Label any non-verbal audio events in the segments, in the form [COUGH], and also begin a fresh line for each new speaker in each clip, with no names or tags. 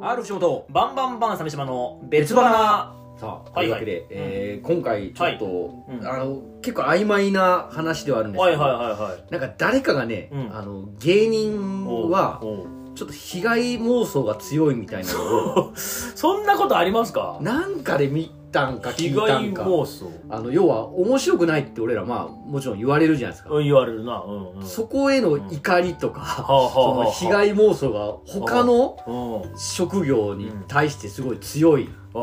R 吉本
バンバンバン鮫島の別バナ
さあと
はいいう
わ
はい
けで、えー今回ちょっと、
はいうん
あの結構曖昧な話ではあるんです
は
け
い
ど、
はいはい
なんか誰かがね、
うん
あの芸
はい
人は
おうおう
ちょっと被害妄想が強いみたいなのを
[LAUGHS] そんなことありますか
なんかで見たんか聞
被
いた
害
んか
妄想
あの要は面白くないって俺らまあもちろん言われるじゃないですか、
言われるなうんうん
そこへの怒りとか、
はあはあはあ
その被害妄想が他の
うん
職業に対してすごい強い、
あ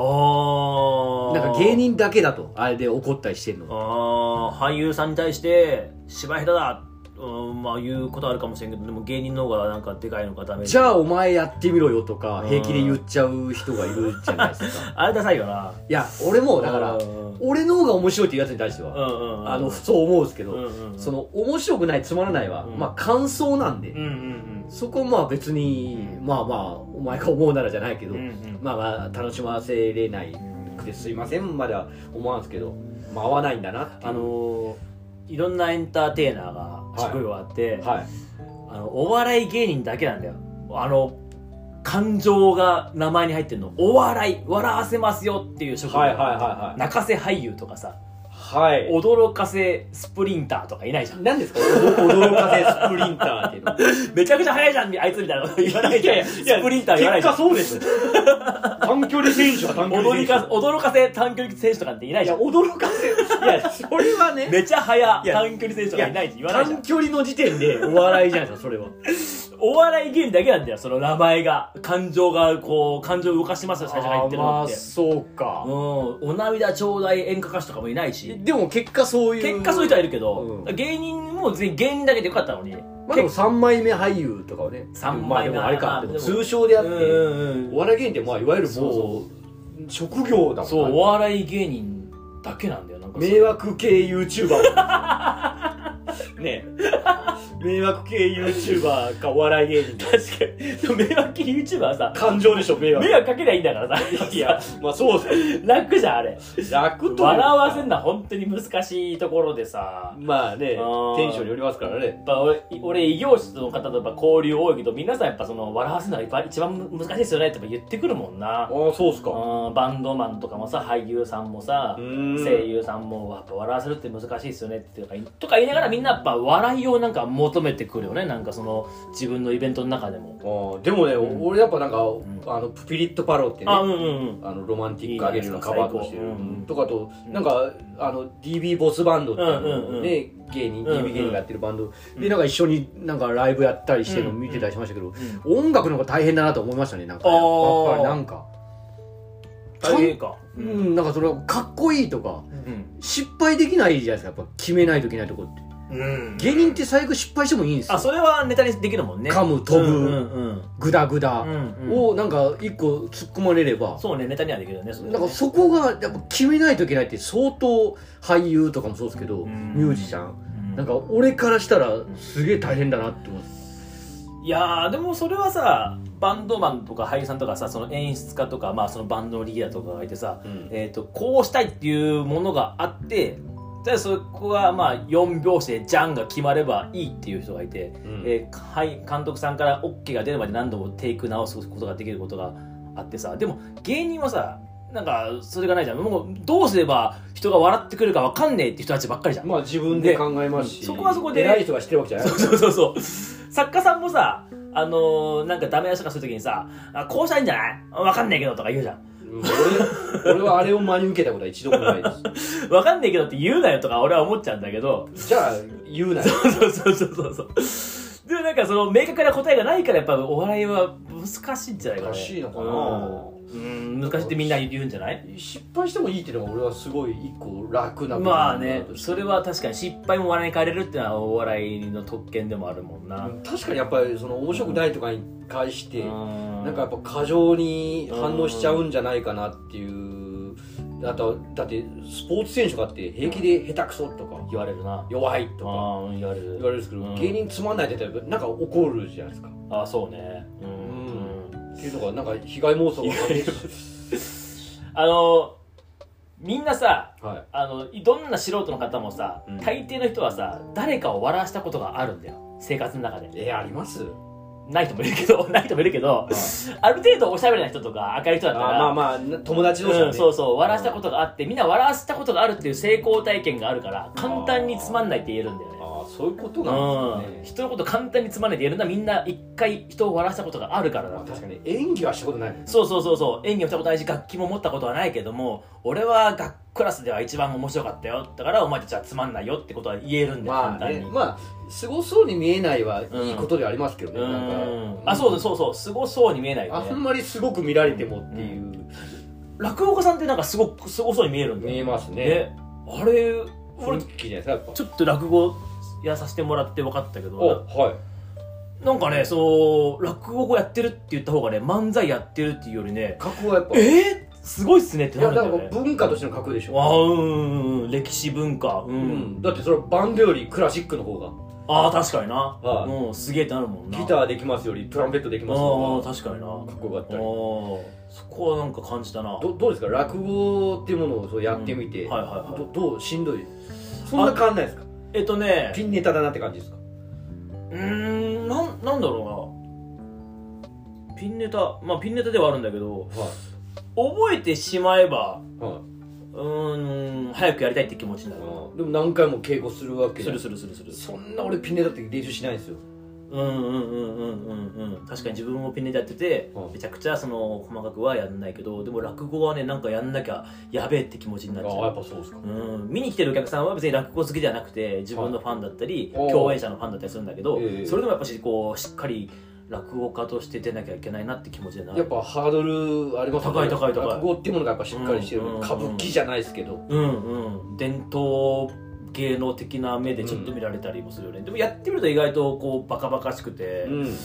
あ
なんか芸人だけだとあれで怒ったりしてるの
ああ俳優さんに対して芝居下手だうんまあ言うことあるかもしれんけどでも芸人の方がなんかでかいのかダメージ
じゃあお前やってみろよとか
うん
平気で言っちゃう人がいるじゃないです
[LAUGHS]
か
あれダサいよない
や俺もだから
うんうん
俺の方が面白いっていうやつに対しては、
うん
あのそう思うんですけど、
うんうん
その面白くないつまらないは、
うん
まあ感想なんで、
うんうん
そこまあ別に、
うん
まあまあお前が思うならじゃないけ
うん
ど、
うんうん
まあまあ楽しませれないくてすいませんまでは思わんすけど、まあ、合わないんだなっていう
あのーいろんなエンターテイナーが職業があって、
はい
あのお笑い芸人だけなんだよあの感情が名前に入ってるのお笑い笑わせますよっていう職業、
はいはいは
泣かせ俳優とかさ
いはいはい
驚かせスプリンターとかいないじゃん
何ですか [LAUGHS] 驚かせスプリンターっていうの
めちゃくちゃ速いじゃんあいつみたいなこと言わないじゃんスプリンター言わないじゃん
そうです短距離選手は短
驚か驚かせ短距離選手とかっていない
い
じゃ
や
ん
驚かせいやそれはね
めちゃ速
いや
短距離選手とかいないじゃん言わないじゃ
短
ん
距離の時点でお笑いじゃないですかそれは
お笑い芸人だけなんだよその名前が感情がこう感情を動かしますよ最初から言ってるのって
そうか
うん、お涙ちょうだい演歌歌手とかもいないし
でも結果そういう
結果そういう人はいるけど、
うん
芸人も全員芸人だけでよかったのに、
まあでも3枚目俳優とかはね
三枚目
まあでもあれか
あ
で
ー
も
でも
通称であっ
う
て
んうん
お
うん
笑い芸人ってまあいわゆるもう
そうそ
職業だもん
そうお笑い芸人だけなんだよなんかそう
迷惑系
[LAUGHS]
YouTuber ねえ迷惑系 YouTuber かお笑い芸人
確かにでも迷惑系 YouTuber はさ
感情でしょ迷惑
迷惑かけりゃいいんだからさ
いや [LAUGHS] まあそうで
楽じゃんあれ
す楽というか
笑わせんな本当に難しいところでさ
まあね
あー
テンションによりますからね
やっぱ俺俺異業種の方とやっぱ交流多いけど皆さんやっぱその笑わせるのがやっぱ一番難しいですよねってやっぱ言ってくるもんな
ああそうっすか
うんバンドマンとかもさ俳優さんもさ
うーん
声優さんもやっぱ笑わせるって難しいですよねっていうかとか言いながらみんなやっぱ笑いをなんか求めてくるよねなんかその自分のイベントの中でも、
あーでもね
ん
俺やっぱなんか
ん
あのプピリットパロってね
あうんうんうん
あのロマンティックアゲルのカバーとしてる
いいじゃないですか最高うん
とかと、
うん
なんかあの DB ボスバンドっていうの
うんうんうん
ね、芸人
うんうん
DB 芸人がやってるバンド、
ん
でなんか一緒になんかライブやったりしてるの
うんうん
見てたりしましたけど、音楽の方が大変だなと思いましたねなんか
あ
や
ー
っぱりなんか、
大変か
うんなんかそれはかっこいいとか
うん
失敗できないじゃないですかやっぱ決めないといけないところって
うん
芸人って最悪失敗してもいいんです
あ
よ
それはネタにできるもんね
噛む飛ぶ
うんうんうん
グダグ
う
ダ
んうん
をなんか一個突っ込まれれば、
そうねネタにはできるよねそれ
な
は
ん
ね
かそこがやっぱ決めないといけないって相当俳優とかもそうですけど、
うん
ミュージシャン
うん
なんか俺からしたらすげえ大変だなって思って
いやーでもそれはさバンドマンとか俳優さんとかさその演出家とか、まあ、そのバンドのリーダーとかがいてさ、
うん
えー、とこうしたいっていうものがあってじゃあそこがまあ4拍子でジャンが決まればいいっていう人がいて、
ん
えーはい、監督さんから OK が出るまで何度もテイク直すことができることがあってさでも芸人はさなんかそれがないじゃんもうどうすれば人が笑ってくれるか分かんねえって人たちばっかりじゃん
まあ自分えます
でそこはそこで
偉い人がしてるわけじゃ
[LAUGHS]
ない
そうそうそうそう作家さんもさあのーなんかダメ出しとかするときにさあこうしたらいいんじゃないわかんないけどとか言うじゃん
うん俺俺はあれを真に受けたことは一度もないで
わかんないけどって言うなよとか俺は思っちゃうんだけど [LAUGHS]
すじゃあ言うなよ
そうそうそうそうそうでもなんかその明確な答えがないからやっぱお笑いは難しいんじゃないかな、
難しいのかな
うんうん難しいってみんな言うんじゃない
失敗してもいいっていうのが俺はすごい一個楽なこと
ま
な
あ
んだな
ね
と
それは確かに失敗も笑いに変えれるっていうのはお笑いの特権でもあるもんな、
確かにやっぱりその面白くないとかに対して
な
なんかやっぱ過剰に反応しちゃうんじゃないかなっていうあとだってスポーツ選手とかって平気で下手くそとか
言われるな
弱いとか
ああ言われる
言われるんですけど、
うん
芸人つまんないって言ったらなんか怒るじゃないですか
ああそうね
うん
うん
っていうのがなんか被害妄想が激しい
あのみんなさ
は
あのどんな素人の方もさ、
うん
大抵の人はさ誰かを笑わしたことがあるんだよ生活の中で
いえあります
ない人もいるけど [LAUGHS] ない人もいるけどある程度おしゃべりな人とか明るい人
あ
だった
まあ
ら
まあな友達同士
うん、そう
そ
そう笑わしたことがあってみんな笑わせたことがあるっていう成功体験があるから簡単につまんないって言えるんだよね
あーそういうことなん
う
で
ん、
すね、
人のこと簡単につまんないって言えるのはみんな一回人を笑わせたことがあるからだ
まあ、確かに演技はしたことないもんね
そうそうそうそう演技をしたことないし楽器も持ったことはないけども俺は学クラスでは一番面白かったよだからお前たちはつまんないよってことは言えるんだよ、
まあ
簡単
ね
に、
まあすごそうに見えないはいいことではありますけどね、
う
なんか
んあそうそうそうすごそうに見えないよ
あん
ね
まりすごく見られてもっていう、
落語家さんってなんかすごくすごそうに見えるんだ
見え
よ
ます
ね
ね
あれ
雰
俺
囲気じゃないですかやっぱ
ちょっと落語やさせてもらって分かったけ
お
ど
はい
なんかねその落語をやってるって言った方がね漫才やってるっていうよりね
格はやっぱい
えー、すごいっすねってな
や
るんだ
だ
よ
か
ね
ら文化としての格でしょ
あーうんうんうん歴史文化う、
うんん、だってそれはバンドよりクラシックの方が
ああ確かにな、
はい
うんすげえってなるもんな
ギターできますよりトランペットでき
あ
ます
あ
よ
ー確かになあ
かっこよかったり
ーそこはなんか感じたな
どどうですか落語っていうものをそうやってみて、
うんはいはいはい
どどうしんどいそんな変わんないですか
えっとね
ピンネタだなって感じですか
うーんなんなんだろうなピンネタまあピンネタではあるんだけど
は
覚えてしまえば
い、は
うーん早くやりたいって気持ちになる
い、でも何回も稽古するわけ
す
じゃん
るするするする
そんな俺ピンネタって練習しないんですよ
うんうんうんうんうんうん確かに自分もピンネタやってて、
うん
めちゃくちゃその細かくはやんないけどでも落語はねなんかやんなきゃやべえって気持ちに
あ
なっち
あや
ゃ
っぱそうですか
う、うん、見に来てるお客さんは別に落語好きじゃなくて自分のファンだったり、
はい
共演者のファンだったりするんだけど、
ええ
それでもやっぱしこうしっかり落語家として出なきゃいけないなって気持ちでな
やっぱハードルあります
高い高い高い
落語っていうものがやっぱしっかりしてる、
うんうんうん
歌舞伎じゃないですけど
うんうん伝統芸能的な目でちょっと見られたりもするよね、でもやってみると意外とこうバカバカしくて、
うん
うん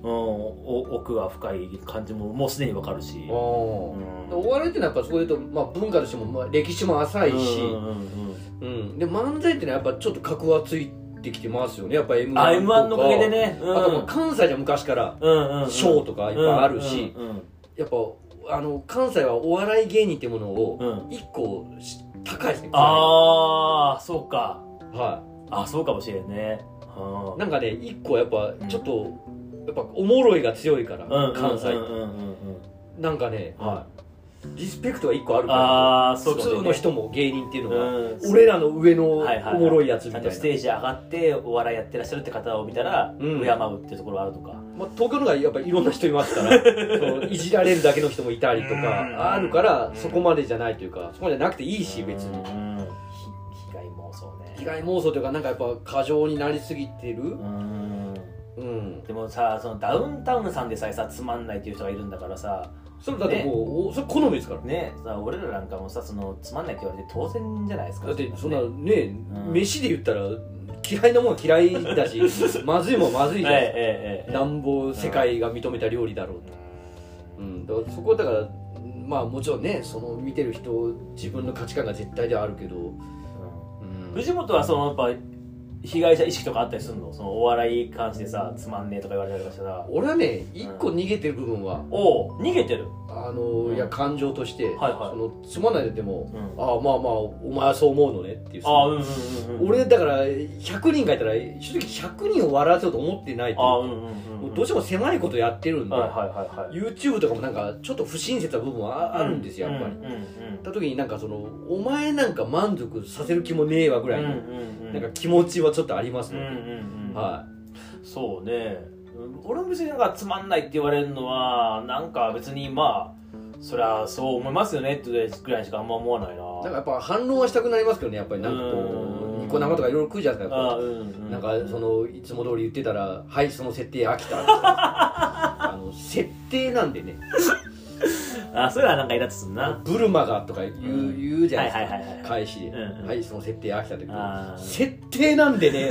お奥が深い感じももうすでにわかるし、
あー
うん
お笑いっていうのはやっぱそういうと、まあ、文化としても、まあ、歴史も浅いし、
うんうんうん
うん、で漫才ってのはやっぱちょっと格はついてきてますよねやっぱ m
うん、あ m 1のおかげでね、うん、
あともう関西じゃ昔から
うんうんうん
ショーとかいっぱいあるし、
うんうん
やっぱあの関西はお笑い芸人ってもの
う
を
んうん
一個し高いですね
ああそうか
は
あそうかもしれんね、うん
いなんかね一個やっぱちょっと、やっぱおもろいが強いから、
うん
関西、
うんうんうんうん
なんかね、
は
リスペクトが一個あるか
ああ
ら
そうか
普
もしれ
通
ん
の
ね
人も芸人っていうのは、
うん
俺らの上のお
はいはい
もろいやつみ
ち
た
ゃ
い
ん
な、
とステージ上がってお笑いやってらっしゃるって方を見たら敬
うん
うってところあるとか、
まあ、東京のがやっぱいろんな人いますから
[LAUGHS]
そういじられるだけの人もいたりと
うん
かあるからそこまでじゃないというかそこまでじゃなくていいし別に
うんひ被害妄想ね
被害妄想というかなんかやっぱ過剰になりすぎてる
うん
うん
でもさそのダウンタウンさんでさえさつまんないっていう人がいるんだからさ
それだってもう、おそれ好みですから
ねさ俺らなんかもさそのつまんないって言われて当然じゃないですか
だってそんな
ね
ね、
うん
飯で言ったら嫌いなもんは嫌いだ
[LAUGHS]
しまずいもんはまずいじゃないですか、
ええええええ
なんぼ世界が認めた料理だろうと、うん、だからそこはだからまあもちろんねその見てる人自分の価値観が絶対ではあるけど、
うん藤本はそのやっぱ被害者意識とかあったりするのそのお笑いに関してさつまんねえとか言われたりとかしてさ
俺はね一個逃げてる部分は、
おう逃げてる
あの
うん
いや感情として、
はいは
そ
い
のつまんないでても、
うん
ああまあまあお前はそう思うのねっていう
あうんうんうんうん
俺だから100人がいたら正直100人を笑わせようと思ってないと
あ
い
うん
う
うんうん
も
うん
うどうしても狭いことやってるんで、
はいはいはいはい
YouTube とかもなんかちょっと不親切な部分はああるんですよやっぱり。
うんうんうん
た時になんかそのお前なんか満足させる気もねえわぐらいの、
うんうん
なんか気持ちはちょっとあります
うん
の
う
で、
んうん
は
そうねうん俺も別になんかつまんないって言われるのはなんか別にまあそりゃそう思いますよねってぐらいしかあんま思わない
い
な
なんかやっぱ反論はしたくなりますけどねやっぱりなんかこ
うん
うニコ生とかいろいろ食うじゃないですかやっぱ
あうんうん
なんかそのいつも通り言ってたら「はいその設定飽きた」あ
[LAUGHS]
の設定なんでね
あそれはなんかイラッとするな
ブルマがとか言う,、
うん
言うじゃないですか、
はいはいはいはい
開始で、
うんうん
はいその設定飽きた」って
あー
設定なんで
[LAUGHS]
ね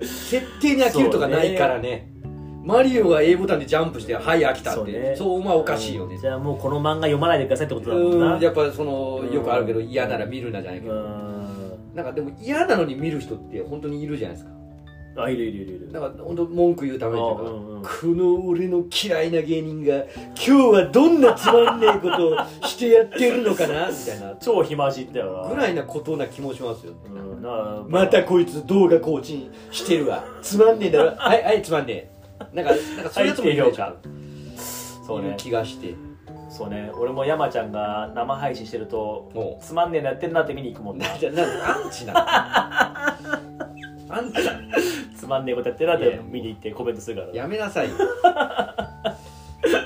設定に飽きるとかないからねマリオが A ボタンでジャンプして「はい飽きた」ってそう,、まあおかしいよね、
じゃあもうこの漫画読まないでくださいってことだもんな
うんやっぱそのよくあるけど
うん
嫌なら見るなじゃないけど、
うん
なんかでも嫌なのに見る人って本当にいるじゃないですか
あいるいるいるいる
なんか本当文句言うためにとか、
あうんうん
この俺の嫌いな芸人が今日はどんなつまんねえことをしてやってるのかなみたいな
超暇人だよな
ぐらいなことな気もしますよ
うんな
[LAUGHS] またこいつ動画更新してるわつまんねえだろはいはいつまんねえなんかなんかそういうやつもいるでしょ
そう
いる
ね
気がして
そうね俺も山ちゃんが生配信してると
も
つまんねえなやってんなって見に行くも
うん
な
なななアンチ [LAUGHS] なのアンチなの
つまんねえことやってんなっ
いやい
て
や
見に行ってコメントするから
やめなさいよ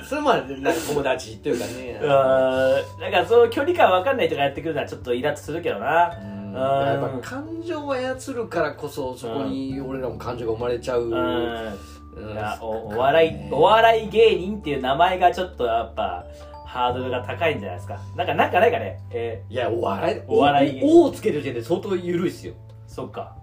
それまでなんか友達っていうかね
うーんなんかその距離感わかんないとかやってくるのはちょっとイラッとするけどな
うん
うん
やっぱ感情を操るからこそそこに俺らも感情が生まれちゃう、
う
うん
ん
うん
いやおお笑いお笑い芸人っていう名前がちょっとやっぱハードルが高いんじゃないですかなんかなんかないかねえ
いやお笑い
お笑い芸人
おをつける時点で相当緩いっすよ
ー、そっか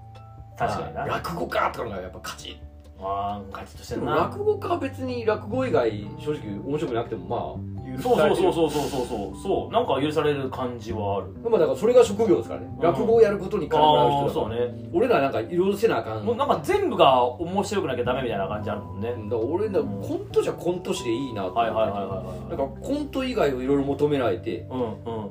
確かに
はい
な
落語家とかのがやっぱ勝ち
あーガチッとして
で
る
も
な
落語家は別に落語以外正直面白くなくてもまあ許
そう
され
そ
る
うそうそうそうそうそうそうなんか許される感じはある
まあだからそれが職業ですからね
うん
落語をやることに金もらう
ああー
人だ
そう
から
ね
俺らなんかいろいろせなあかん
もうなんか全部が面白くなきゃダメみたいな感じあるもんね、
うんだから俺らコントじゃコント師でいいなと思っ
はい
て
はいはいはい
な
は
ん
い
かコント以外をいろいろ求められて
うんう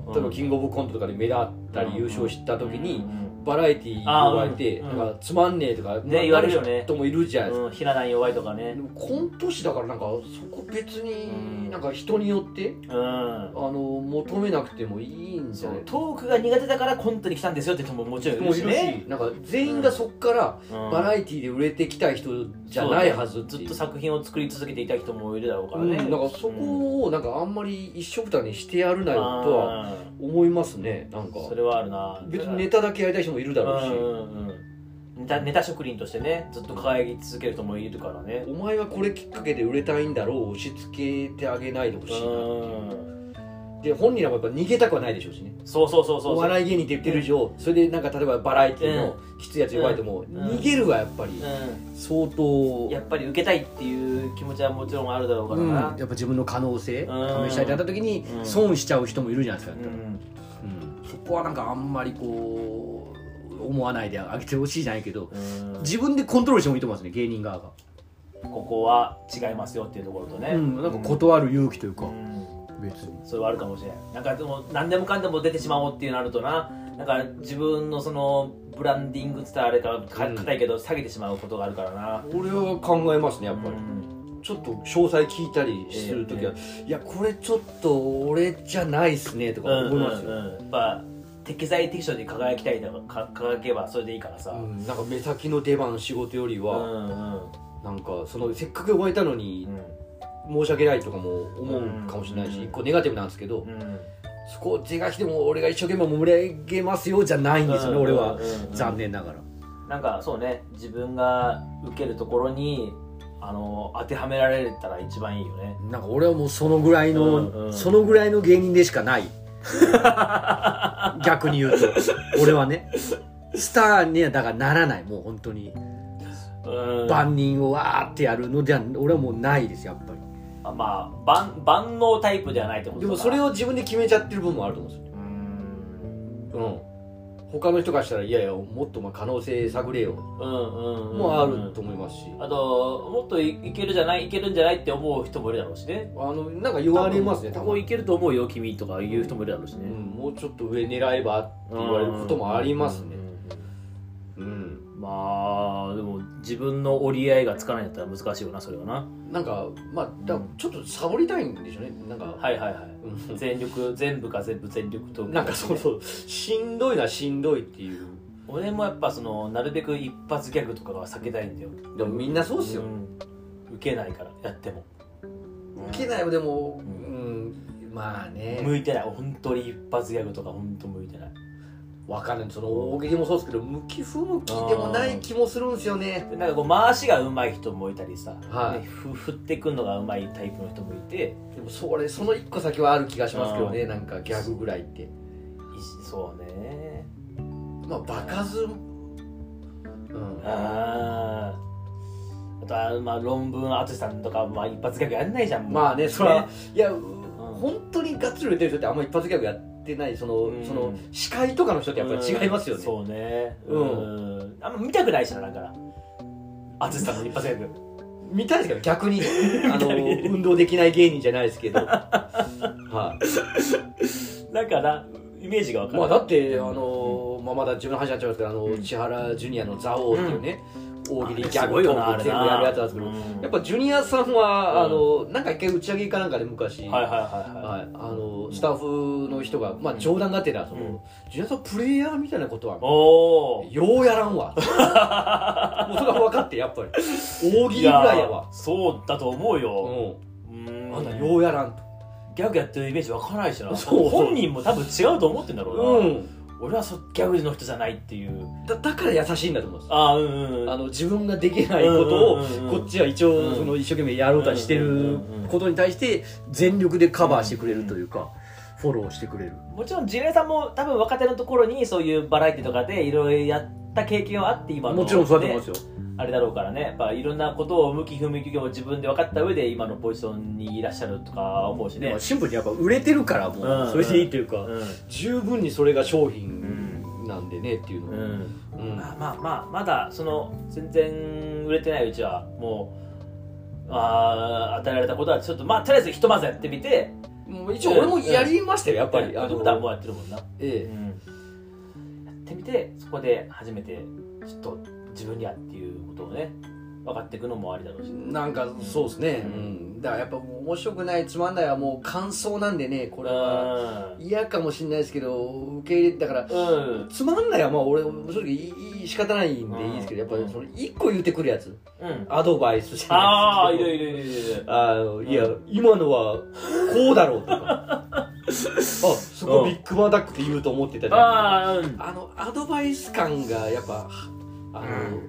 んうん
例えばキングオブコントとかで目立ったり優勝した時に
うん
バラエティー呼ばれて
あー
な
うん
んかつまんねえとか
ね言われるよね
人もいるじゃないですか
うんうんひな壇弱いとかね
でもコント師だからなんかそこ別になんか人によって
うん
あの求めなくてもいいんじ
そ
ゃな
う
いか
トークが苦手だからコントに来たんですよって人ももちろんい
もう
る
い
し
る
ね
しなんか全員がそこから
うん
バラエティーで売れてきた人じゃないはずって
ず
い
っ
う
と作品を作り続けていた人もいるだろうから
うん
ね、
なんかそこをなんかあんまり一緒くたにしてやるなよとは
あ
思いますねなんか
ーそれはあるな
別にネタだけやりたい人もいるだろうし
うんうんうんネタネタ職人としてねずっと輝き続ける人もいるからね
お前はこれきっかけで売れたいんだろうを押し付けてあげないでほしいなっていうで本人らもやっぱ逃げたくはないでしょうしね
そうそうそうそう
お笑い芸人って言ってる以上、それでなんか例えばバラエティーのきついやつ呼ばれても、
ん
逃げるはやっぱり
う
相当、
ん、やっぱり受けたいっていう気持ちはもちろんあるだろうから
うん
な、
やっぱ自分の可能性
うん
試したいってなった時に
うん
損しちゃう人もいるじゃないですか、
うん
うんそこはなんかあんまりこう思わないであげてほしいじゃないけど
うん
自分でコントロールしてもいいと思いますね芸人側が、
ここは違いますよっていうところとね、
うん、なんか断る勇気というか、
うん
別に
それはあるかもしれないなんかでも何でもかんでも出てしまおうっていうなるとななんか自分のそのブランディングって言ったらあれからか
うん
硬いけど下げてしまうことがあるからな
俺は考えますねやっぱり、
うん
ちょっと詳細聞いたりする時は、いやこれちょっと俺じゃないっすねとか
うん
思
う
い
ん
ますよ、
うんやっぱ適材適所に輝きたいとかか輝けばそれでいいからさ、うん
うんなんか目先の出番仕事より
うん
は、なんかそのせっかく呼ばれたのに
うん
申し訳ないとかも思うかもしれないし、
うん
一個ネガティブなんですけど、
うん
そこを是が非でも俺が一生懸命盛り上げますよじゃないんですよね、
うん
俺は、
うんうんうん
残念ながら
なんかそうね自分が受けるところにあの当てはめられたら一番いいよね
なんか俺はもうそのぐらいの、
うんうん
そのぐらいの芸人でしかない逆に言うと俺はねスターにはだからならないもう本当に
うん
万人をわーってやるのでは俺はもうないですやっぱり
あまあ万万能タイプではないってこと
で
だ
も
な
それを自分で決めちゃってる部分もあると思うんですよ、
うん
うん、他の人からしたらいやいやもっとまあ可能性探れよ
うんうんうん
もあると思いますし、
あともっといいけるじゃないいけるんじゃないって思う人もいるだろうしね
あのなんか言われますね多
多分ここ
分
いけると思うよ君とか言う人もいるだろうし
う
ね、
ん、もうちょっと上狙えばって言われることもありますね
うんうん
うん、
うんまあでも自分の折り合いがつかないんだったら難しいよなそれはな
なんかまあだちょっとサボりたいんでしょうねなんか、
はいはいは
うん [LAUGHS]
い全力全部か全部全力と
なんかそうそうしんどいなしんどいっていう
俺もやっぱそのなるべく一発ギャグとかは避けたいんだよ
でもみんなそうっすよ、
ん受けないからやっても
受けないよでもう
う
んん、まあ
向
ね
いてない本当に一発ギャグとか本当向いてない
わかんないその大喜利もそうですけど向き不向きでもない気もするんですよね
でなんかこう回しが上手い人もいたりさ、
はい
ねふ振ってくんのが上手いタイプの人もいて
でもそれその一個先はある気がしますけど
う
ねなんかギャグぐらいって
いしそうね
まあ場数うん
あーあとは、まあ、論文淳さんとか、まあ、一発ギャグやんないじゃんもう
まあねそれは、いや、
ん
本当にがっつり売れてる人ってあんま一発ギャグやってないその,、
うん
その司会とかの人ってやっぱり違いますよね、
そうね
うん
んあんま見たくないしなだから淳さんの一発ギャグ
見たいですけど逆
[LAUGHS]
にあの運動できない芸人じゃないですけどはい
なんかなイメージがわかる
まあだってあの、まあ、まだ自分の話になっちゃいますけどあの、千原ジュニアの「蔵王」っていうね、大喜利
あ
ギ
れ
ャ
す
グ
ごい
ト
よな
ーク
あれ
全
な
部やるやつなんですけど、
うん
やっぱジュニアさんは、
う
あのなんか一回打ち上げかなんかで昔、
はいはいはいはい、
はいあのスタッフの人が、まあ、冗談がてらその、
うん
ジュニアさんプレイヤーみたいなことは
おお
ようやらん
[LAUGHS]
わもうそれは分かってやっぱり大喜利ぐらいやわ
そうだと思うよ、
う
うん
んあんなようやらんと
ギャグやってるイメージわからないし
[LAUGHS]
な
そうそう
本人も多分違うと思ってんだろう
う
な、
ん
俺はそギャグの人じゃないっていう
だだから優しいんだと思うんです
ああうんうん
あの自分ができないことを
うんうんうんうん
こっちは一応その一生懸命やろうとはしてることに対して全力でカバーしてくれるというかフォローしてくれる
もちろんジュニアさんも多分若手のところにそういうバラエティとかでいろいろやった経験はあって今の
もちろんそうだと思いますよ
ねあれだろうからねやっぱいろんなことを向き不向きを自分で分かった上で今のポジションにいらっしゃるとか思うし
で
ね
も、シンプルにやっぱ売れてるから
うん
も
うん
うそれでいいというか
うん
十分にそれが商品なんでねっていう
う
の
ん、
うん
まあまあまあまだその全然売れてないうちはもうあー与えられたことはちょっとまあとりあえずひとまずやってみて
もう一応俺もやりましたよやっぱり
あ
あ
の
の
普段もやってるもんな、
ええ
やってみてそこで初めてちょっと自分にはっていうことをね分かっていくのもありだろうし
なんかそうですね、
う
うんん、だからやっぱもう面白くないつまんないはもう感想なんでねこ
こ
れは嫌かもしれないですけど受け入れだから
うん
つまんないはまあ俺正直いい仕方ないんでいいですけどやっぱりその一個言ってくるやつ
うん
アドバイスじ
あ
ゃ
あ
ない
い
です
る
け
いるいるいる
どあのいや今のはこうだろうとかあそこビッグマンダックって言うと思ってたじゃない
ああうん
ですかあのアドバイス感がやっぱあの、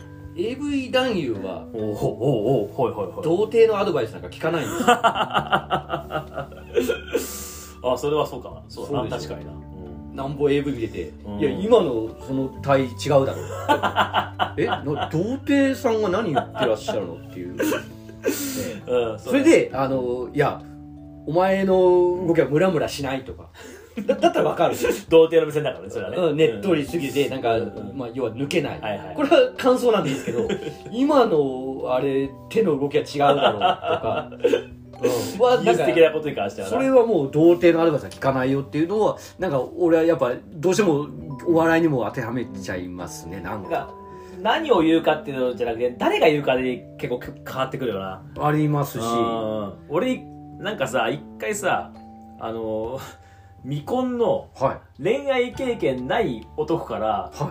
うん
AV 男優は
おおおおはいはいはい
童貞のアドバイスなんか聞かないんですよ
あそれはそうかなそうだな
そうで
確
しょ
かにな、うん
なんぼ AV 見てて、
うん
いや今のその体違うだろう
[LAUGHS]
えな童貞さんが何言ってらっしゃるのっていう、ね
うん、
それであのいやお前の動きはムラムラしない
[LAUGHS]
とかだだったらわかる
童貞の目線だからねそれはね、
うんねっとりすぎてなんか、
うん
まあ、要は抜けない、
はいはい
これは感想なんでいいですけ
[LAUGHS]
ど今のあれ手の動きは違うだろうと
[LAUGHS]
か、うん、は
技
なん
術
か
的なことに関してはな
それはもう童貞のアドバイスは聞かないよっていうのはなんか俺はやっぱどうしてもお笑いにも当てはめちゃいますねなん
な
か
んか何を言うかっていうのじゃなくて誰が言うかで結構変わってくるよな
ありますしは
うん俺なんかさ一回さあの [LAUGHS] 未婚の
いは
恋愛経験ない男から
い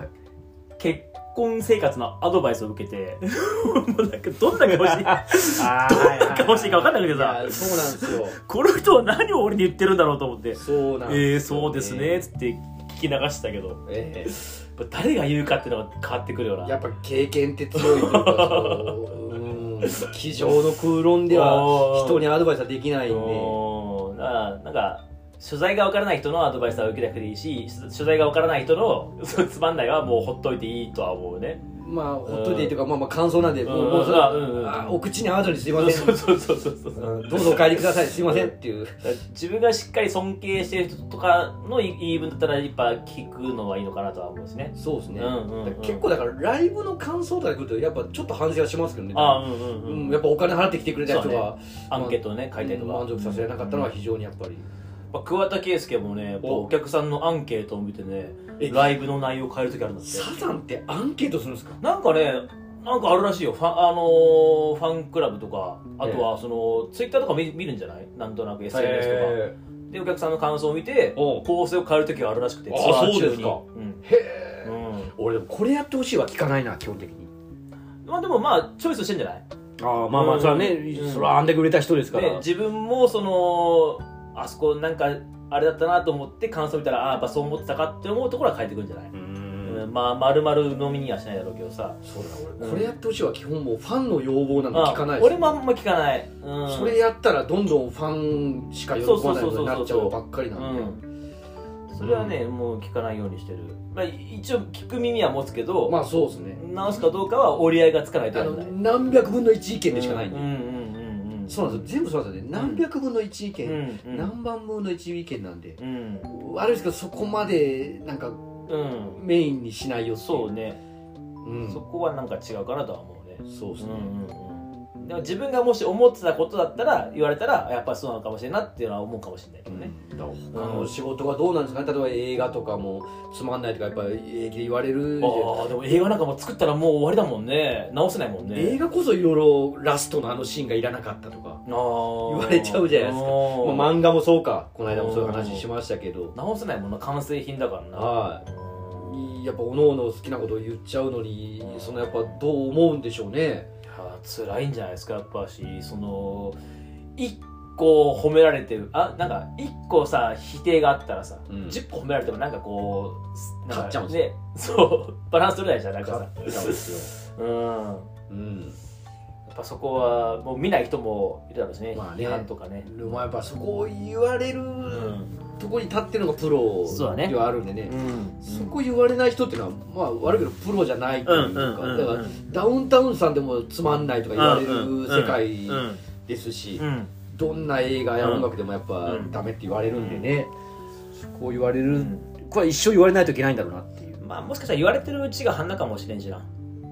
結婚生活のアドバイスを受けて [LAUGHS] もうなんかどんな顔して
あ
どんな顔していいか分かんなくて
そう
さ
なんですよ
この人は何を俺に言ってるんだろうと思って
そうなん
えー、
よ
[LAUGHS] そうですねつって聞き流してたけどや
え
っぱ誰が言うかっていうのが変わってくるよ
え
な
やっぱ経験って強いというかそううん机上の空論では
おー
人にアドバイスはできないんで
おーだからなんか所在がわからない人のアドバイスは受けなくていいし所所在がわからない人の [LAUGHS] そのつまんないはもうほっといていいとは思うね
まあほっといてというかまあまあ感想なんでもうもうそれ
あ
は
うんうん
あお口に合わずにすいま
[LAUGHS]
せん
そうそうそうそうそう
うんどうぞお帰りくださいすいませんっていう
だから自分がしっかり尊敬してる人とかの言い分だったらやっぱ聞くのはいいのかなとは思うしね
そうですね、
うんうんうん
だから結構だからライブの感想とか来るとやっぱちょっと反省はしますけどね
ああうんうん
う
うん、
ん、やっぱお金払ってきてくれた人が、
アンケートをね書いたりとか、
満足させられなかったのは非常にやっぱり、
まあ、桑田佳祐もねやっぱ
お
お客さんのアンケートを見てね
え
ライブの内容を変える時あるんだって
サザンってアンケートするんですか
なんかねなんかあるらしいよファ,、あのーファンクラブとかあとはその、ツイッターとか見見るんじゃないなんとなく SNS とか、
へ
でお客さんの感想を見て
おう
構成を変える時があるらしくて
あ
ツアー中に
そうですか
ん
え
うん
俺でもこれやってほしいは聞かないな基本的に
まあでもまあチョイスしてんじゃない
ああ
まあまあそれはねそれは
あんだけ売れた人です
で自分もそのあそこなんかあれだったなと思って感想見たらああやっぱそう思ってたかって思うところは変えてくるんじゃない、うんまあ丸々飲みにはしないだろうけどさ
そうだ俺
うん
これやってほしいは基本もうファンの要望なんで
まあ
聞かないです
俺もあんま聞かない、うん、
それやったらどんどんファンしか喜ばないようになっちゃうばっかりなんで、
うん、それはね、もう聞かないようにしてる、まあ、一応聞く耳は持つけど、
まあそうですね
直すかどうかは折り合いがつかないと
あ
やら
の
ない
何百分の1意見でしかないんで、
うんうんうんうん
そうなんですよ全部そうなんですよね何百分の1意見、
うんうん
何万分の1意見なんで
うん
悪いですけどそこまでなんか
うん
メインにしないよってい
そうね、
うん
そ
そ
こはなんか違うかなとは思うね
うです
うん
ね、
うんうんでも自分がもし思ってたことだったら言われたらやっぱりそうなのかもしれないなっていうのは思うかもしれないけどね、
だから他の仕事がどうなんですかね例えば映画とかもつまんないとかやっぱり平気で言われるじゃん
ああでも映画なんかもう作ったらもう終わりだもんね直せないもんね
映画こそいろいろラストのあのシーンがいらなかったとか
あー
言われちゃうじゃないですか
あー
まあ、漫画もそうかこの間もそういう話しましたけど
直せないもんな完成品だからな
は
うん
いやっぱおのおの好きなことを言っちゃうのにそのやっぱどう思うんでしょうね
いや辛いんじゃないですかやっぱしその一個褒められてるあなんか一個さ否定があったらさ、
うん
10個褒められてもなんかこうなか
勝っちゃうんですよ
ねそうバランス取れないじゃんなんかさ
勝っちゃうんです
うん
うん
やっぱそこはもう見ない人もいるだろうしね,、
まあね
批判とかね、
でもやっぱそこを言われる
うん
とこに立ってるのがプロ
そうだね
ではあるんでね
うん
そこ言われない人っていうのは、まあ、悪いけどプロじゃないっていうか、
うん
だからダウンタウンさんでもつまんないとか言われる世界
うん
ですし、
うん
どんな映画や
うん
音楽でもやっぱ
うん
ダメって言われるんでね、こう言われるこれは一生言われないといけないんだろうなっていう
まあもしかしたら言われてるうちが花かもしれんしな、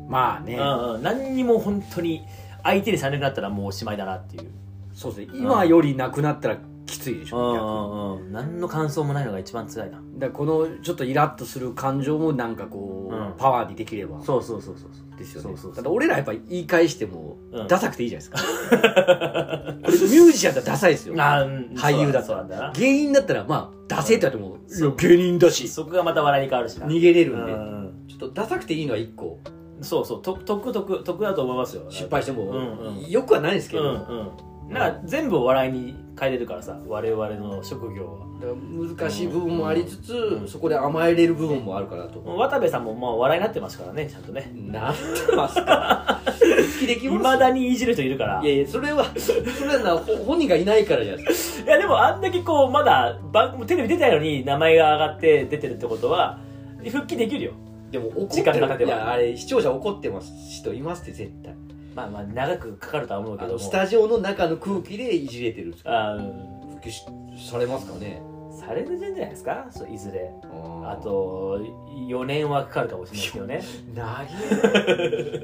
まあね、
うんうん、何にも本当に相手にされなくなったらもうおしまいだなっていう
そうですね今よりなくなったらきついでし
う
ょ、
んう
逆に
んうん何の感想もないのが一番辛いな
だからこのちょっとイラッとする感情もなんかこう、
うん
パワーにできれば
そうそうそうそう
ですよね
そうそうそう
ただ俺らやっぱり言い返しても
うん
ダサくていいじゃないですか、 [LAUGHS] これミュージシャンだったらダサいですよ
あーうん
俳優だ
そうなんだな
芸人だったらまあダセって言われてもい
そう
や芸人だし
そこがまた笑いに変わるしな
逃げれる
うん
で
ん
ちょっとダサくていいのは1個
そうそうと得得得だと思いますよ
失敗しても
うんうん
よくはないですけ
う
ど、
んうんなんか全部お笑いに変えれるからさ我々の職業は
だから難しい部分もありつつ、
うん
そこで甘えれる部分もあるからと、
渡部さんもまあ笑いになってますからねちゃんとね
なってますか [LAUGHS] 好きでき
い
ま
ますだにいじる人いるから
いやいやそれはそれはなほ本人がいないからじゃないです
いやでもあんだけこうまだ番テレビ出たいのに名前が上がって出てるってことは復帰できるよ
かでも怒って
時間が経て
い
ば
やあれ視聴者怒ってます人いますって絶対
まあまあ長くかかるとは思うけ
あ
ど
の
も
スタジオの中の空気でいじれてるんですか
あー
復帰しされますかね
うんされるんじゃないですかそういずれあ
あ
と4年はかかるかもしれないですけどね
な [LAUGHS] ぎ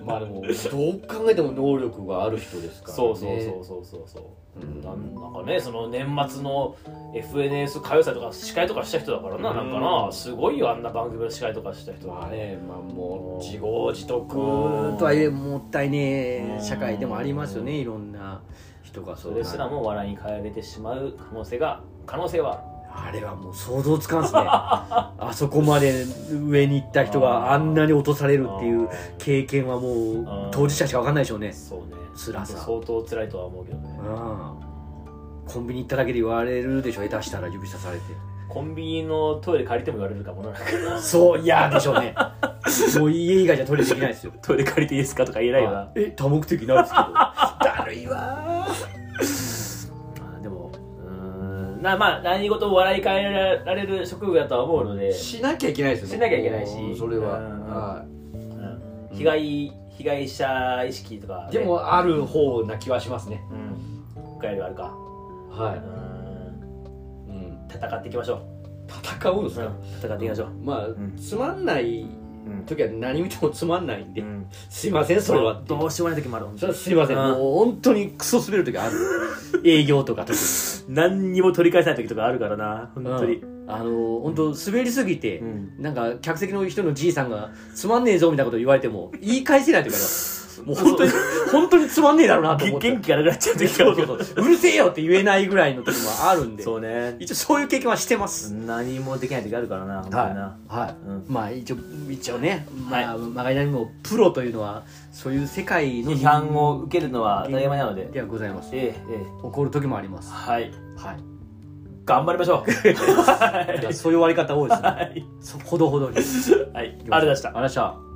まあでもどう考えても能力がある人ですから、ね、
そうそうそうそうそうそう、
うん
なんなんかねその年末の FNS 歌謡祭とか司会とかした人だからな、なんかなすごいよあんな番組の司会とかした人
ま
は
あねまあもう
うん
自業自得
うん
とはいえもったいね
う
え
ん
社会でもありますよねいろんな人がそ
それすらも笑いに変えられてしまう可能性が可能性はある
あれはもう想像つかん [LAUGHS] っすねあそこまで上に行った人があんなに落とされるっていう経験はも
う
うん当事者しか分かんないでしょうね
そうね
辛さ
相当辛いとは思うけどね
うんコンビニ行っただけで言われるでしょ下手したら指さされて
コンビニのトイレ借りても言われるかもな [LAUGHS] なんか
そういやでしょうねもう家以外じゃトイレできないですよ
トイレ借りていいですかとか言えないよな
え多目的なんですけ [LAUGHS] どだるいわ
あでもうーんなまあ何事も笑い変えられる職業だとは思うので、
しなきゃいけないですよね
しなきゃいけないし
それは
うん
はい
うん被害被害者意識とかね、
でもある方な気はしますね
うん他よりはあるか
は
うーん
い、うん、
戦っていきましょう、
戦うんです
う
か、
ん、戦っていきましょう、
まあ、
ん
つまんない
うん
時は何見てもつまんないんで、
うん
すいませんそれはっていう
どうしようもない時もある
それはすいません
うん
もう本当にクソ滑る時ある営業とか特に
何にも取り返せない時とかあるからな本当に、
うんあの本当滑りすぎて、
うん
なんか客席の人のじいさんが「つまんねえぞ」みたいなこと言われても言い返せないというかもう本当に本当につまんねえだろうなと思
げ
って
元気がなくなっちゃう時が
そ
あ
う
る
そうそううるせえよって言えないぐらいの時もあるんで
そうね
一応そういう経験はしてます、
何もできない時あるからな本当にな、
はい
うん
まあ一応一応ね、
はい
まあ、曲がりなりにもプロというのはそういう世界の
批判を受けるのは当たり前なので
ではございます
ええええ
怒る時もあります
はい
はい
頑張りましょ [LAUGHS]
[LAUGHS]
う
だからそういう終わり方多いですね
はい
[LAUGHS] そほどほどにありがとう
はいありがとうございました
ございました